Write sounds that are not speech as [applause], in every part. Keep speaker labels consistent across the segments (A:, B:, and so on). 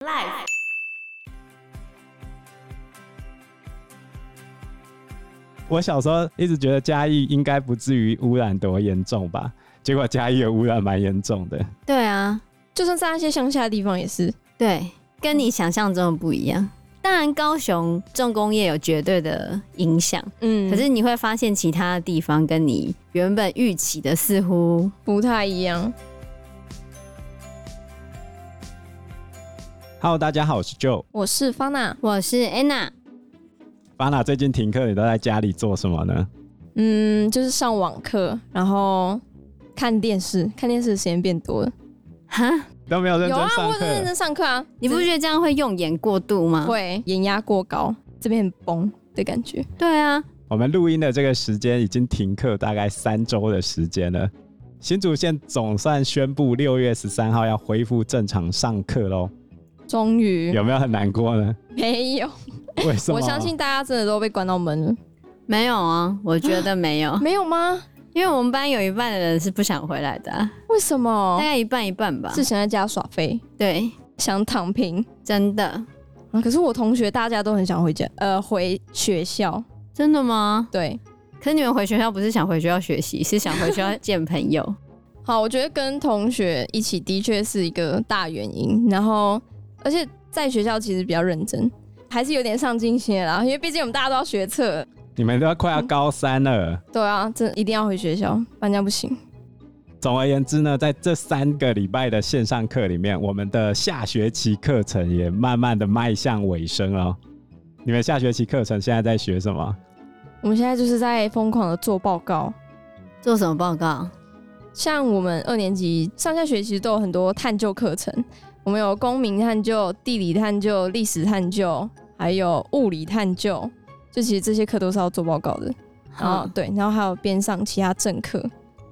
A: Life。
B: 我小时候一直觉得嘉义应该不至于污染多严重吧，结果嘉义的污染蛮严重的。
C: 对啊，
A: 就算在那些乡下的地方也是，
C: 对，跟你想象中的不一样。当然，高雄重工业有绝对的影响，
A: 嗯
C: 可是你会发现其他地方跟你原本预期的似乎
A: 不太一样。
B: Hello，大家好，我是 Joe。
A: 我是方娜，
C: 我是哎 Anna，
B: 巴娜最近停课，你都在家里做什么呢？
A: 嗯，就是上网课，然后看电视，看电视的时间变多了。
C: 哈，
B: 都没有认
A: 有
B: 真
A: 啊，
B: 上
A: 我有
B: 课。
A: 认真上课啊，
C: 你不觉得这样会用眼过度吗？，
A: 会眼压过高，这边很崩的感觉。
C: 对啊，
B: 我们录音的这个时间已经停课大概三周的时间了。新竹县总算宣布六月十三号要恢复正常上课喽，
A: 终于
B: 有没有很难过呢？
A: 没有，
B: 为什么？
A: 我相信大家真的都被关到门了，
C: 没有啊，我觉 [gasps] 得没有，
A: 没有吗？
C: 因为我们班有一半的人是不想回来的啊、
A: 为什么
C: 大？概一半一半吧
A: 是。想在家耍飞，
C: 对，
A: 想躺平。
C: 真的，
A: 啊可是我同学大家都很想回家，呃，回学校。
C: 真的吗？
A: 对，
C: 可是你们回学校不是想回学校学习，是想回学校见朋友。
A: 好，我觉得跟同学一起的确是一个大原因，然后而且在学校其实比较认真，还是有点上进心的啦，因为毕竟我们大家都要学测，
B: 你们都要快要高三了。
A: 对啊，这一定要回学校，搬家不行。
B: 总而言之呢，在这三个礼拜的线上课里面，我们的下学期课程也慢慢的迈向尾声了哦。你们下学期课程现在在学什么？
A: 我们现在就是在疯狂的做报告，
C: [laughs] 做什么报告？
A: 像我们二年级上下学期都有很多探究课程，我们有公民探究、地理探究、历史探究，还有物理探究，就其实这些课都是要做报告的。然后、
C: 好，
A: 对，然后还有边上其他正课，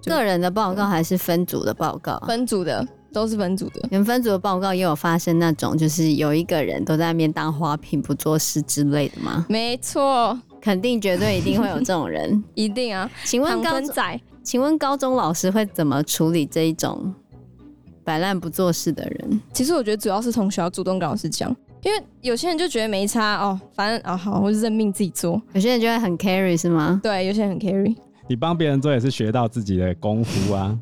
A: 就
C: 个人的报告还是分组的报告？
A: 分组的都是分组的。
C: 你们分组的报告也有发生那种，就是有一个人都在那边当花瓶不做事之类的吗？
A: 没错，
C: 肯定绝对一定会有这种人。
A: 一定啊！
C: 请问
A: 糖
C: 高
A: 分
C: 中，
A: 仔，
C: 请问高中老师会怎么处理这一种摆烂不做事的人？
A: 其实我觉得主要是从学校主动跟老师讲，因为有些人就觉得没差哦，反正啊、好，我就认命自己做。
C: 有些人就会很 carry 是吗？
A: 对，有些人很 carry，
B: 你帮别人做也是学到自己的功夫啊。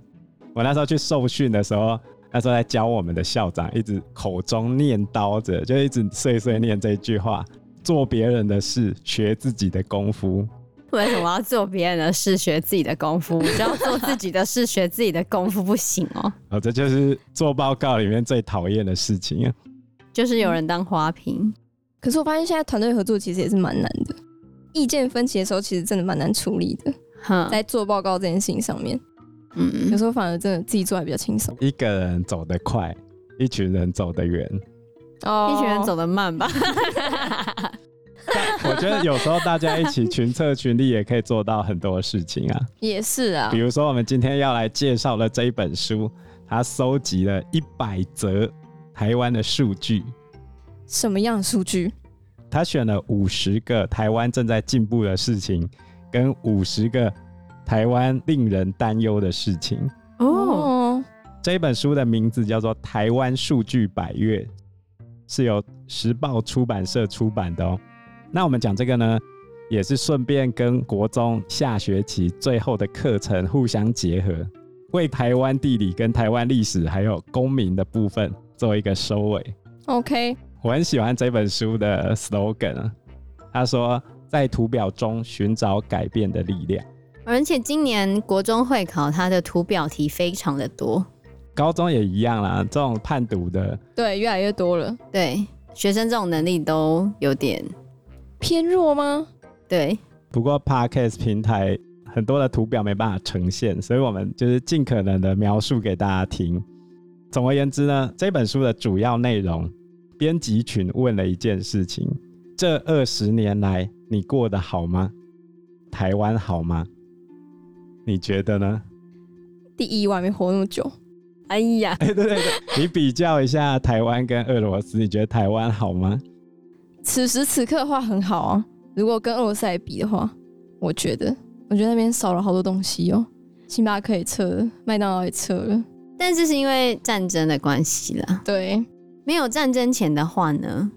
B: 我那时候去受训的时候，那时候在教我们的校长，一直口中念叨着，就一直碎碎念这句话：做别人的事，学自己的功夫。
C: 为什么要做别人的事学自己的功夫？只要做自己的事学自己的功夫不行哦，
B: 哦，这就是做报告里面最讨厌的事情啊。
C: [laughs] 就是有人当花瓶。
A: 可是我发现现在团队合作其实也是蛮难的，意见分歧的时候其实真的蛮难处理的，
C: 哼，
A: 在做报告这件事情上面，有
C: 嗯，
A: 时候反而真的自己做还比较轻松。
B: 一个人走得快，一群人走得远。
A: 哦
C: 一群人走得慢吧。
B: 我觉得有时候大家一起群策群力，也可以做到很多事情啊。
A: 也是啊
B: 比，如说，我们今天要来介绍的这一本书，它收集了一百则台湾的数据，
A: 什么样的数据？
B: 它选了五十个台湾正在进步的事情，跟五十个台湾令人担忧的事情。
C: 哦，
A: 哦，
B: 这一本书的名字叫做《台湾数据百月》，是由时报出版社出版的哦。那我们讲这个呢，也是顺便跟国中下学期最后的课程互相结合，为台湾地理、跟台湾历史还有公民的部分做一个收尾。
A: OK，
B: 我很喜欢这本书的 slogan 啊，他说在图表中寻找改变的力量。
C: 而且今年国中会考，它的图表题非常的多，
B: 高中也一样啦，这种判读的
A: 对，越来越多了，
C: 对学生这种能力都有点
A: 偏弱吗？
C: 对。
B: 不过 Podcast 平台很多的图表没办法呈现，所以我们就是尽可能的描述给大家听。总而言之呢，这本书的主要内容，编辑群问了一件事情：这二十年来你过得好吗？台湾好吗？你觉得呢？ [laughs]
A: 第一，我还没活那么久，
C: 哎呀，
B: 哎、对对对，你比较一下台湾跟俄罗斯，你觉得台湾好吗？
A: 此时此刻的话很好啊。如果跟俄罗斯来比的话，我觉得，我觉得那边少了好多东西哦。星巴克也撤了，麦当劳也撤了，
C: 但这是因为战争的关系啦。
A: 对，
C: 没有战争前的话呢，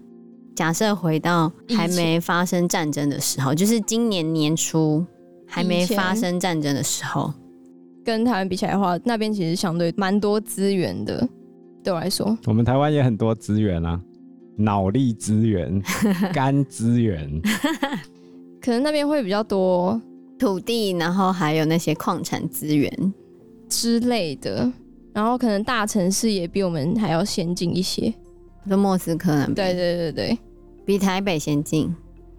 C: 假设回到还没发生战争的时候，就是今年年初还没发生战争的时候，
A: 跟台湾比起来的话，那边其实相对蛮多资源的。对我来说，
B: 我们台湾也很多资源啊，脑力资源、肝资源，
A: 可能那边会比较多
C: 土地，然后还有那些矿产资源，
A: 之类的，然后可能大城市也比我们还要先进一些。
C: 跟莫斯科那边
A: 对对对对，
C: 比台北先进。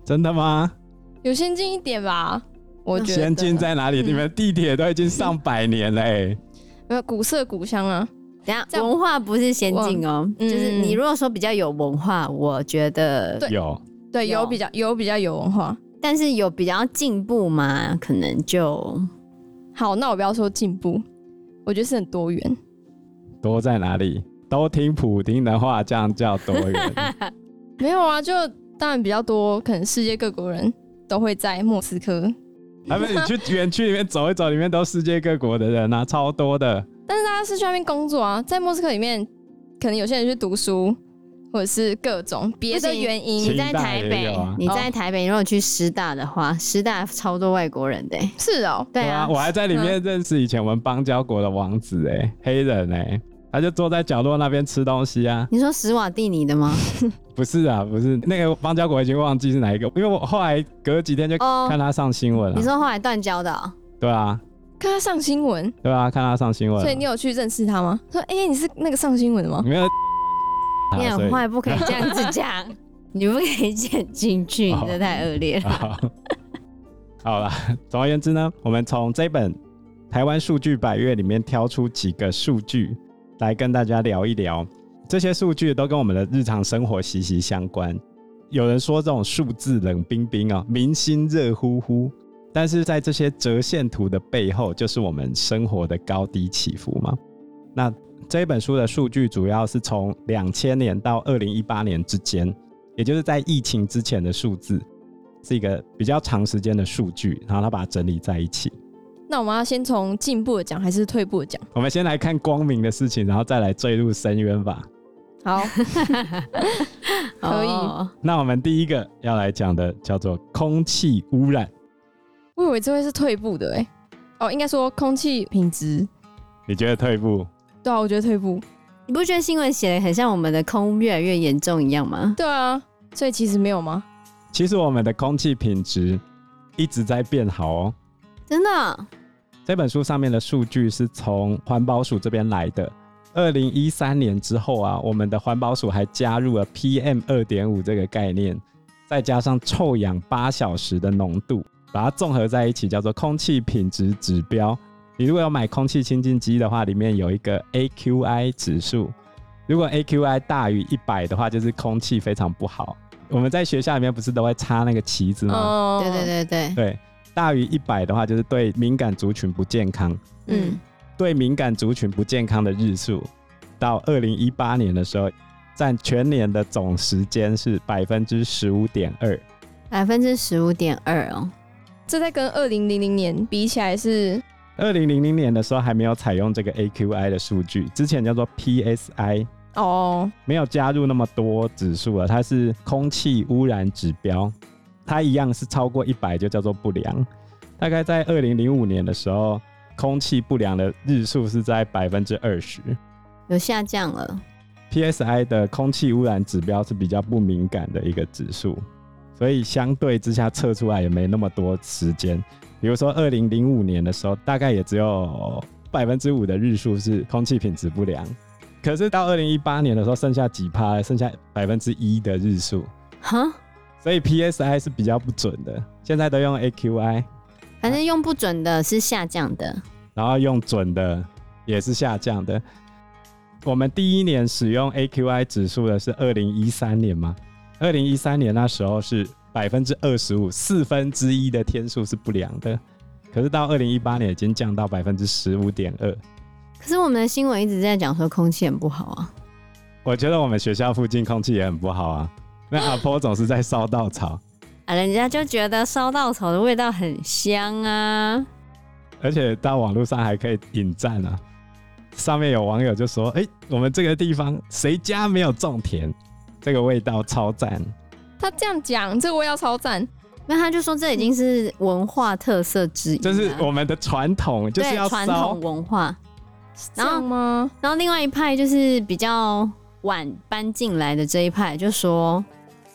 B: 真的吗？
A: 有先进一点吧，我觉得。
B: 先进在哪里？
A: 嗯
B: 你们地铁都已经上百年了、欸，
A: 没有古色古香啊，
C: 等一
A: 在
C: 下文化不是先进哦，
A: 嗯
C: 就是你如果说比较有文化，我觉得
A: 对
B: 有
A: 对，
C: 有
A: 有比较有比较有文化。
C: 但是有比较进步嘛，可能就
A: 好，那我不要说进步，我觉得是很多元。
B: 多在哪里？都听普丁的话，这样叫多元。
A: 没有啊，就当然比较多，可能世界各国人都会在莫斯科，
B: 他们你去园区里面走一走，里面都世界各国的人啊，超多的。
A: 但是大家是去那边工作啊，在莫斯科里面，可能有些人去读书，或者是各种别的
C: 不行
A: 原因哦
B: 清
C: 你。在
B: 大
C: 台
B: 也
C: 北
B: 有啊，
C: 你在台北，如果去师大的话，师大超多外国人的欸、
A: 是哦，
C: 对
B: 啊
C: 啊，
B: 我还在里面认识以前我们邦交国的王子哎、黑人哎、他就坐在角落那边吃东西啊。
C: 你说史瓦蒂尼的吗？
B: 不是啊，不是那个邦交国已经忘记是哪一个，因为我后来隔几天就
C: 哦
B: 看他上新闻了、
C: 你说后来断交的哦、
B: 对啊，
A: 看他上新闻，
B: 对啊，嗯看他上新闻了。
A: 所以你有去认识他吗？说，哎、你是那个上新闻的吗？
B: 没有 [laughs] 啊，
C: 你
B: 所以
C: 很坏，不可以这样子讲，你不可以剪进去，
B: 哦
C: 你这太恶劣了。
B: 好， [laughs] 好了。 [laughs] 总而言之呢，我们从这本《台湾数据百月》里面挑出几个数据来跟大家聊一聊。这些数据都跟我们的日常生活息息相关。有人说这种数字冷冰冰啊、民心热乎乎，但是在这些折线图的背后，就是我们生活的高低起伏嘛。那这一本书的数据主要是从两千年到二零一八年之间，也就是在疫情之前的数字。是一个比较长时间的数据，然后他把它整理在一起。
A: 那我们要先从进步的讲还是退步的讲？
B: 我们先来看光明的事情，然后再来坠入深渊吧。
A: 好，可以
C: 哦
B: 那我们第一个要来讲的叫做空气污染，
A: 我以为这会是退步的哎、哦，应该说空气品质。
B: 你觉得退步？
A: 对啊，我觉得退步。
C: 你不觉得新闻写的很像我们的空污越来越严重一样吗？
A: 对啊，所以其实没有吗？
B: 其实我们的空气品质一直在变好哦。
C: 真的哦，
B: 这本书上面的数据是从环保署这边来的。二零一三年之后啊，我们的环保署还加入了 PM 二点五这个概念，再加上臭氧八小时的浓度，把它综合在一起，叫做空气品质指标。你如果有买空气清净机的话，里面有一个 AQI 指数，如果 AQI 大于一百的话，就是空气非常不好。我们在学校里面不是都会插那个旗子吗？
A: 哦
C: 对对对对，
B: 对，大于一百的话，就是对敏感族群不健康。
A: 嗯
C: 嗯，
B: 对敏感族群不健康的日数，到二零一八年的时候，占全年的总时间是百分之十五点二。
C: 百分之十五点二哦，
A: 这在跟二零零零年比起来是
B: 二零零零年的时候还没有采用这个 AQI 的数据，之前叫做 PSI，
A: 哦，
B: 没有加入那么多指数啊了，它是空气污染指标，它一样是超过一百就叫做不良。大概在二零零五年的时候，空气不良的日数是在百分之二十。
C: 有下降了。
B: PSI 的空气污染指标是比较不敏感的一个指数，所以相对之下测出来也没那么多时间。比如说，二零零五年的时候，大概也只有百分之五的日数是空气品质不良，可是到二零一八年的时候，剩下几趴，剩下百分之一的日数，
C: 哈，
B: 所以 PSI 是比较不准的。现在都用 AQI，
C: 反正用不准的是下降的，
B: 然后用准的也是下降的。我们第一年使用 AQI 指数的是二零一三年嘛？二零一三年那时候是百分之二十五，四分之一的天数是不良的。可是到二零一八年已经降到百分之十五点二。
C: 可是我们的新闻一直在讲说空气很不好啊，
B: 我觉得我们学校附近空气也很不好啊。那阿婆总是在烧稻草，
C: 啊，人家就觉得烧稻草的味道很香啊，
B: 而且到网络上还可以引战啊。上面有网友就说：“哎、我们这个地方谁家没有种田？这个味道超赞。
A: 他这样讲，这个味道超赞，
C: 那他就说这已经是文化特色之一啊，
B: 就是我们的传统，就是要
C: 对传
B: 烧
C: 统文化。
A: 是这
C: 然后
A: 样吗？
C: 然后另外一派就是比较晚搬进来的这一派，就说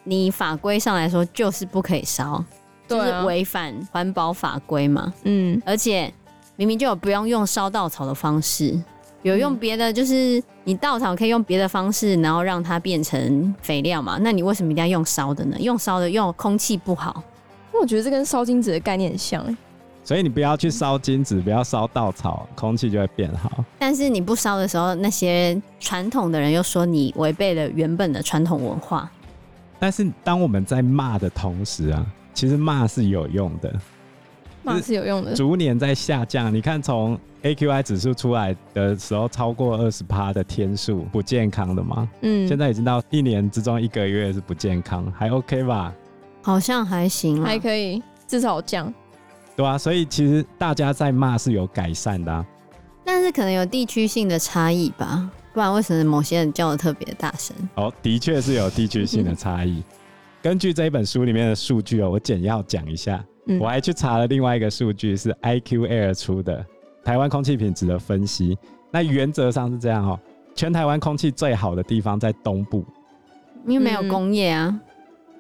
C: 你法规上来说就是不可以烧，
A: 对
C: 就是
A: 啊，
C: 违反环保法规嘛。
A: 嗯，
C: 而且明明就有不用用烧稻草的方式，有用
A: 嗯
C: 别的，就是你稻草可以用别的方式，然后让它变成肥料嘛。那你为什么一定要用烧的呢？用烧的用空气不好，
A: 我觉得这跟烧金纸的概念很像、欸，
B: 所以你不要去烧金纸，不要烧稻草，空气就会变好。
C: 但是你不烧的时候，那些传统的人又说你违背了原本的传统文化。
B: 但是当我们在骂的同时啊，其实骂是有用的。
A: 骂是有用
C: 呃
A: 的。
B: 逐年在下降，你看从 AQI 指数出来的时候，超过二十趴的天数不健康的嘛，
A: 嗯，
B: 现在已经到一年之中一个月是不健康，还 OK 吧？
C: 好像还行啊啦
A: 还，可以，至少有降。
B: 对啊，所以其实大家在骂是有改善的、啊，
C: 但是可能有地区性的差异吧，不然为什么某些人叫的特别大声？
B: 哦，的确是有地区性的差
A: [laughs]
B: 异。根据这一本书里面的数据哦，我简要讲一下。
A: 嗯
B: 我还去查了另外一个数据，是 IQ Air 出的台湾空气品质的分析。那原则上是这样哦，全台湾空气最好的地方在东部，
C: 因为没有
A: 嗯
C: 工业啊，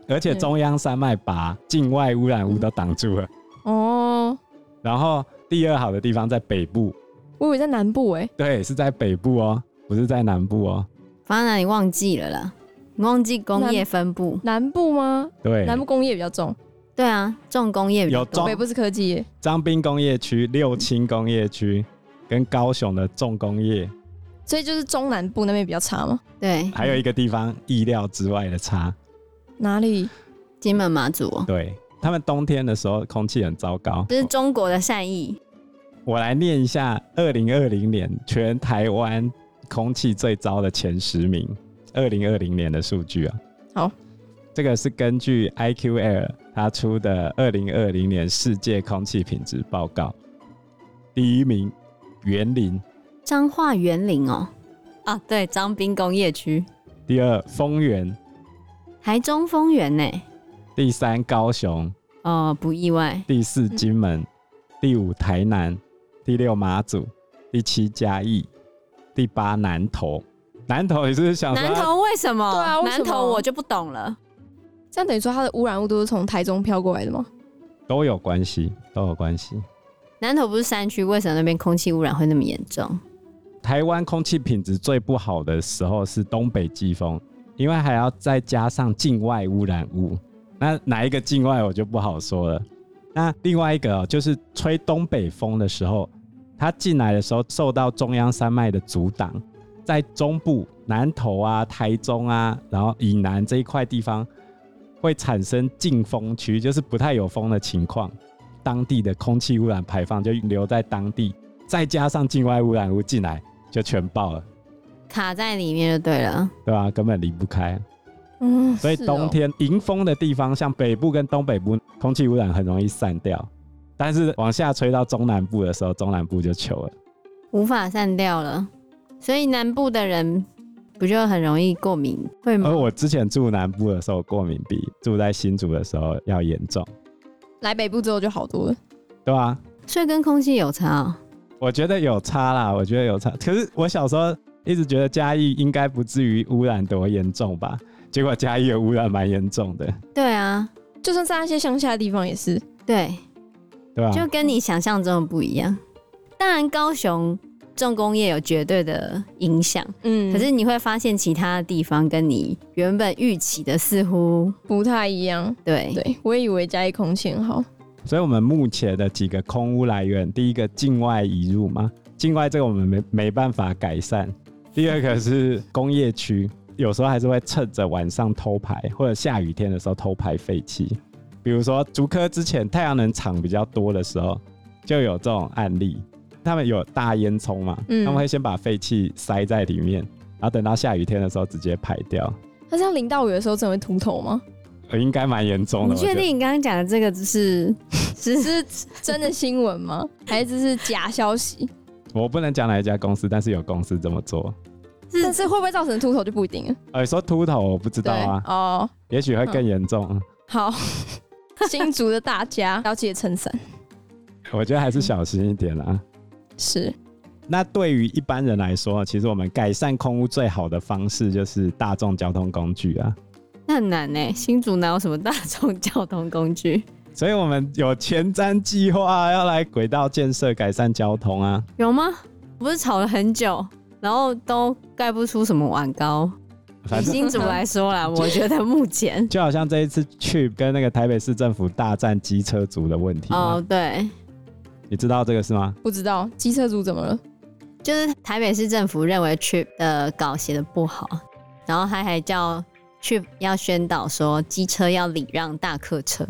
B: 而且
A: 嗯
B: 中央山脉把境外污染物都挡住了。
A: 哦，
B: 然后第二好的地方在北部，
A: 我以为在南部哎、
B: 对，是在北部哦，不是在南部哦。
C: 反正你忘记了啦，你忘记工业分布。
A: 南部吗？
B: 对，哦
A: 南部工业比较重，
C: 对啊，重工业比较
B: 有
C: 多
B: 重
A: 北部是科技业。
B: 彰滨工业区、六轻工业区跟高雄的重工业，
A: 所以就是中南部那边比较差嘛？
C: 对，
B: 还有一个地方意料之外的差。
A: 哪里？
C: 金门马祖哦，
B: 对他们冬天的时候空气很糟糕，
C: 这是中国的善意。
B: 我来念一下二零二零年全台湾空气最糟的前十名，二零二零年的数据啊。
A: 好，
B: 这个是根据 IQ Air 它出的二零二零年世界空气品质报告，第一名园林，
C: 彰化园林哦，啊，对，彰滨工业区，
B: 第二丰原，
C: 台中丰原呢，
B: 第三高雄，
C: 哦，不意外。
B: 第四金门，第五台南，第六马祖，第七嘉义，第八南投。南投也是想说
C: 南投为什么？
A: 对啊为什
C: 南
A: 么
C: 投我就不懂了。
A: 这样等于说它的污染物都是从台中飘过来的吗？
B: 都有关系，都有关系。
C: 南投不是山区，为什么那边空气污染会那么严重？
B: 台湾空气品质最不好的时候是东北季风，因为还要再加上境外污染物。那哪一个境外我就不好说了。那另外一个、哦、就是吹东北风的时候，它进来的时候受到中央山脉的阻挡，在中部、南投啊、台中啊，然后以南这一块地方会产生禁风区，就是不太有风的情况，当地的空气污染排放就留在当地，再加上境外污染物进来，就全爆了，
C: 卡在里面就对了。
B: 对吧、根本离不开。
A: 嗯，
B: 所以
A: 是哦
B: 冬天迎风的地方，像北部跟东北部，空气污染很容易散掉。但是往下吹到中南部的时候，中南部就糗了。
C: 无法散掉了，所以南部的人不就很容易过敏，会吗
A: 嗯
B: 而？我之前住南部的时候，过敏比住在新竹的时候要严重，
A: 来北部之后就好多了。
B: 对吧、
C: 所以跟空气有差、哦。
B: 我觉得有差啦，我觉得有差。可是我小时候一直觉得嘉义应该不至于污染多严重吧，结果嘉义的污染蛮严重的，
C: 对啊，
A: 就算在那些乡下的地方也是，
C: 对，
B: 对吧、
C: 就跟你想象中的不一样。当然，高雄重工业有绝对的影响，
A: 嗯，
C: 可是你会发现其他地方跟你原本预期的似乎
A: 不太一样。
C: 对
A: 对，我也以为嘉义空气很好，
B: 所以我们目前的几个空污来源，第一个境外移入嘛，境外这个我们没没办法改善。第二个是工业区，有时候还是会趁着晚上偷排，或者下雨天的时候偷排废气。比如说竹科之前太阳能厂比较多的时候，就有这种案例。他们有大烟囱嘛，
A: 嗯
B: 他们会先把废气塞在里面，然后等到下雨天的时候直接排掉，
A: 那这样淋到雨的时候真的会秃头吗？
B: 呃应该蛮严重的。
C: 你
B: 我觉
C: 确
B: 得
C: 定你刚刚讲的这个只是 [laughs] 是
A: [laughs] 是真的新闻吗？还是这是假消息？
B: 我不能讲哪一家公司，但是有公司这么做。
A: 但是会不会造成秃头就不一定了。
B: 呃，说秃头我不知
A: 对
B: 道啊，
A: 哦，
B: 也许会
C: 嗯
B: 更严重。 [laughs]
A: [laughs] 好，新竹的大家要记得撑伞。
B: 我觉得
C: 嗯
B: 还是小心一点啦、
A: 是，
B: 那对于一般人来说，其实我们改善空污最好的方式就是大众交通工具啊。
C: 那很难呢、新竹哪有什么大众交通工具？
B: 所以我们有前瞻计划，要来轨道建设改善交通啊。
C: 有吗？不是吵了很久，然后都盖不出什么碗糕。
B: 反
C: 以
B: 正，
C: 新竹来说啦，我觉得目前
B: 就好像这一次去跟那个台北市政府大战机车族的问题嘛
C: 哦，对，
B: 你知道这个是吗？
A: 不知道机车族怎么了？
C: 就是台北市政府认为 Trip 的稿写的不好，然后他还叫 Trip 要宣导说机车要礼让大客车，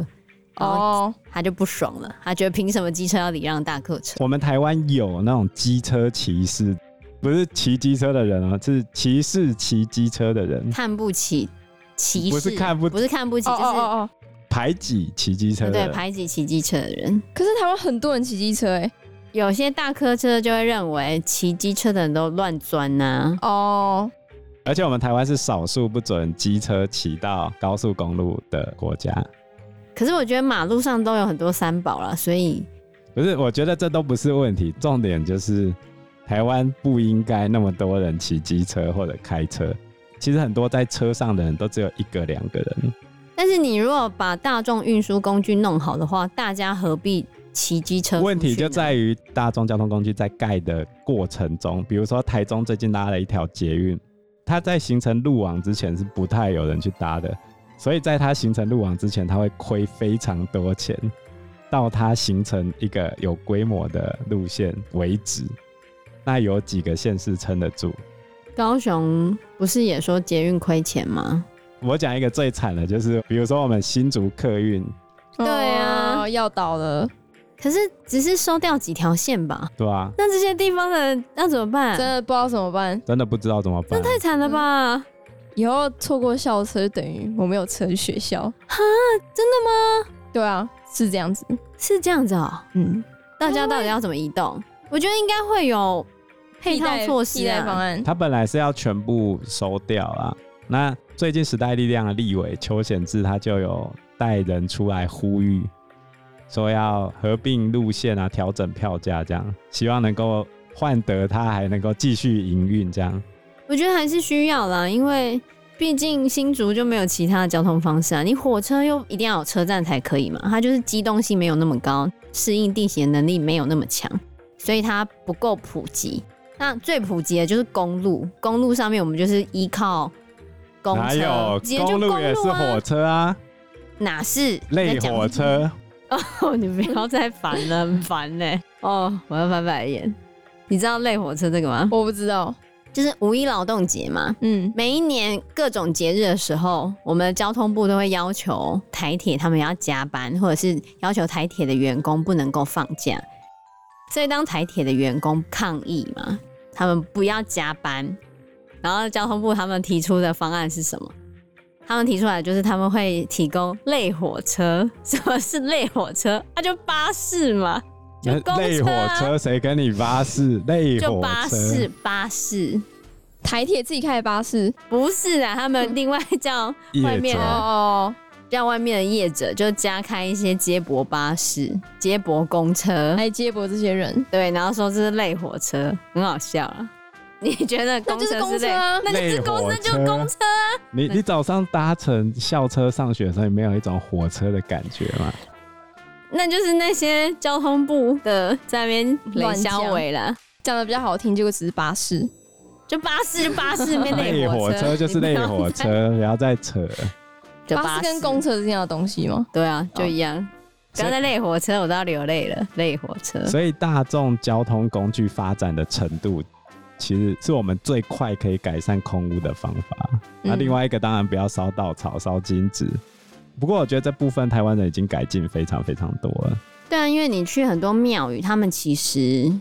C: 然后
A: 哦，
C: 他就不爽了，他觉得凭什么机车要礼让大客车？
B: 我们台湾有那种机车骑士，不是骑机车的人啊，是骑士骑机车的人，
C: 看不起歧视，
B: 不是看不
C: 不是看不起，
A: 哦
C: 就是、
A: 哦哦哦！
B: 排挤骑机车的
C: 对
B: 人。
C: 排挤骑机车的人。
A: 可是台湾很多人骑机车哎。
C: 有些大客车就会认为骑机车的人都乱钻呐、
A: 哦，
B: 而且我们台湾是少数不准机车骑到高速公路的国家。
C: 可是我觉得马路上都有很多三宝啦，所以
B: 不是，我觉得这都不是问题，重点就是台湾不应该那么多人骑机车或者开车。其实很多在车上的人都只有一个两个人，
C: 但是你如果把大众运输工具弄好的话，大家何必骑机车出去呢？
B: 问题就在于大众交通工具在盖的过程中，比如说台中最近拉了一条捷运，它在形成路网之前是不太有人去搭的，所以在它形成路网之前，它会亏非常多钱，到它形成一个有规模的路线为止。那有几个县市撑得住？
C: 高雄不是也说捷运亏钱吗？
B: 我讲一个最惨的，就是比如说我们新竹客运，
A: 对
C: 啊
A: 哦要倒了，
C: 可是只是收掉几条线吧，
B: 对吧、
C: 那这些地方的人要怎么办
A: 真？的不知道怎么办。
B: 真的不知道怎么办。
C: 太惨了吧！
A: 以后错过校车，等于我没有车去学校。
C: 哈，真的吗？
A: 对啊，是这样子。
C: 是这样子哦、
A: 嗯，
C: 大家到底要怎么移动？我觉得应该会有配套措施、啊、
A: 替代方案。
B: 他本来是要全部收掉啊。那最近时代力量的立委邱显志他就有带人出来呼吁，说要合并路线啊，调整票价这样，希望能够换得他还能够继续营运这样。
C: 我觉得还是需要啦，因为毕竟新竹就没有其他的交通方式啊。你火车又一定要有车站才可以嘛，它就是机动性没有那么高，适应地形能力没有那么强，所以它不够普及。那最普及的就是公路，公路上面我们就是依靠公
B: 哪
C: 车
B: 有，
C: 直接就
B: 公路
C: 啊
B: 也是火车啊，
C: 哪是
B: 类火？车。
C: [laughs] 哦，你不要再烦了，很烦呢、哦，我要翻白眼。你知道类火车这个吗？
A: 我不知道。
C: 就是五一劳动节嘛，
A: 嗯，
C: 每一年各种节日的时候，我们的交通部都会要求台铁他们要加班，或者是要求台铁的员工不能够放假。所以当台铁的员工抗议嘛，他们不要加班，然后交通部他们提出的方案是什么？他们提出来就是他们会提供类火车， [laughs] 什么是类火车？那、就巴士嘛，就公车啊
B: 类火车谁跟你巴士？类
C: 就
B: 火
C: 巴士
B: 车，
C: 巴士
A: 台铁自己开的巴士。
C: 不是啊，他们另外叫外
B: 业
C: 面啊
B: 者
C: 对
A: 哦哦，
C: 让外面的业者就加开一些接驳巴士、接驳公车，
A: 来接驳这些人，
C: 对，然后说这是类火车，很好笑啊。 [laughs] 你觉得
A: 那
C: 公
A: 就
C: 车
A: 是公
C: 是
A: 车
C: 类？
A: 啊。
C: 那就是公
B: 类
C: 车，就
B: 火车
C: 公车啊。
B: 你你早上搭乘校车上学的时候，你没有一种火车的感觉吗？
C: 那就是那些交通部的在那边
A: 乱
C: 雷
A: 讲
C: 销尾啦，
A: 讲的比较好听，结果只是巴士。
C: 就巴士就巴
B: [laughs]
C: 士，没
B: 类
C: 火
B: 火车就是类火，[laughs]
C: 你
B: 车，不要再扯了。
C: 不要就
A: 巴士跟公车是一样的东西吗？
C: 对啊，就一样。不
B: 所以
C: 要再累火车，我都要流泪了。累火车，
B: 所以大众交通工具发展的程度，其实是我们最快可以改善空污的方法。那、
A: 嗯
B: 另外一个当然不要烧稻草、烧金纸。不过我觉得这部分台湾人已经改进非常非常多了。
C: 对啊，因为你去很多庙宇，他们其实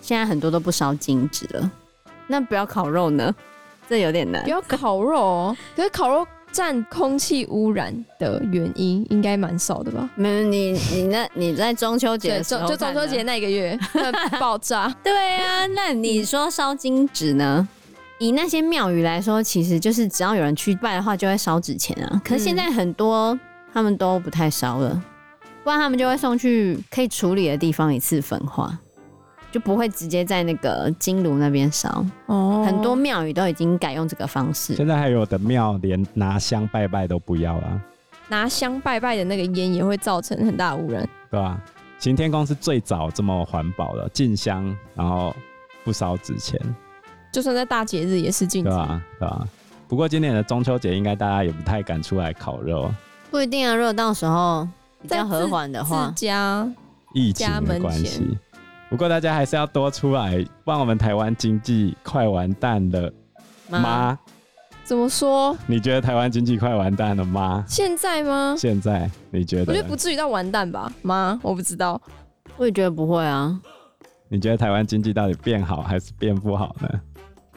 C: 现在很多都不烧金 [laughs] 纸了。那不要烤肉呢？这有点难
A: 不。要烤肉哦，可是烤肉占空气污染的原因应该蛮少的吧？
C: 没有你，你那你在中秋节
A: 对，
C: 的时
A: 中
C: 候啊
A: 就中
C: 看
A: 秋
C: 的
A: 节，那
C: [laughs]
A: 个月那爆炸，
C: 对啊，那你说烧金纸呢？以那些庙宇来说，其实就是只要有人去拜的话，就会烧纸钱啊。可是现在很多他们都不太烧了，不然他们就会送去可以处理的地方一次焚化，就不会直接在那个金炉那边烧。
A: 哦
C: 很多庙宇都已经改用这个方式。
B: 现在还有的庙连拿香拜拜都不要啊了，
A: 拿香拜拜的那个烟也会造成很大污染。
B: 对吧、行天宫是最早这么环保的，进香然后不烧纸钱，
A: 就算在大节日也是禁
B: 对
A: 止
B: 吧、。对吧、不过今年的中秋节应该大家也不太敢出来烤肉，
C: 不一定啊，如果到时候比
A: 在
C: 较
A: 自
C: 和缓的话
A: 自，家
B: 疫情
A: 家
B: 的
A: 门
B: 关
A: 前
B: 系。不过大家还是要多出来，不然我们台湾经济快完蛋了
C: 妈
B: 妈，
A: 怎么说？
B: 你觉得台湾经济快完蛋了吗？
A: 现在吗？
B: 现在你觉
A: 嗯我
B: 得
A: 觉得？不至于到完蛋吧？妈，我不知道。
C: 我也觉得不会啊。
B: 你觉得台湾经济到底变好还是变不好呢？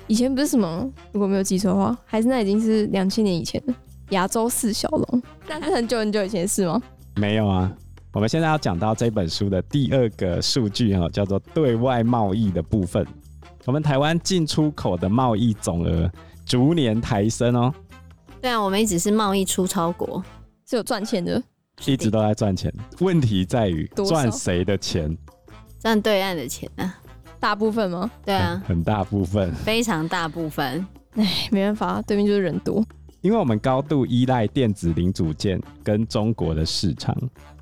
A: 以前不是什么，如果没有记错的话，还是那已经是两千年以前的亚洲四小龙，那是很久很久以前的事吗？
B: 没有啊。我们现在要讲到这本书的第二个数据哈、叫做对外贸易的部分。我们台湾进出口的贸易总额逐年抬升哦，
C: 对啊，我们一直是贸易出超国，
A: 是有赚钱的，
B: 一直都在赚钱。问题在于
A: 多少
B: 赚谁的钱？
C: 占对岸的钱啊。
A: 大部分吗？
C: 对
B: 很
C: 啊，
B: 很大部分，
C: 非常大部分。
A: 哎，没办法，对面就是人多。
B: 因为我们高度依赖电子零组件跟中国的市场，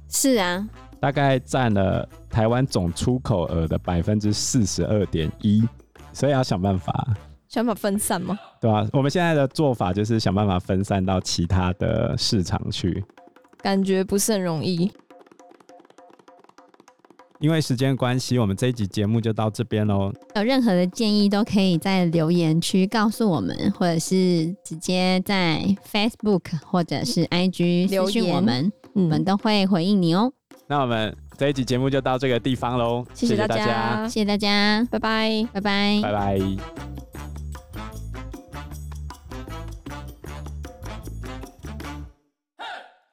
C: 是啊，
B: 大概占了台湾总出口额的百分之四十二点一，所以要想办法
A: 想把分散吗？
B: 对啊，我们现在的做法就是想办法分散到其他的市场去，
A: 感觉不是很容易。
B: 因为时间关系，我们这一集节目就到这边喽。
C: 有任何的建议都可以在留言区告诉我们，或者是直接在 Facebook 或者是 IG
A: 留
C: 私
A: 言
C: 讯我们，我们
A: 嗯，
C: 都会回应你哦。
B: 那我们这一集节目就到这个地方喽，
A: 谢谢大
B: 大家，
A: 家，
C: 谢谢大家，
A: 拜拜。
C: 拜拜。
B: 拜拜。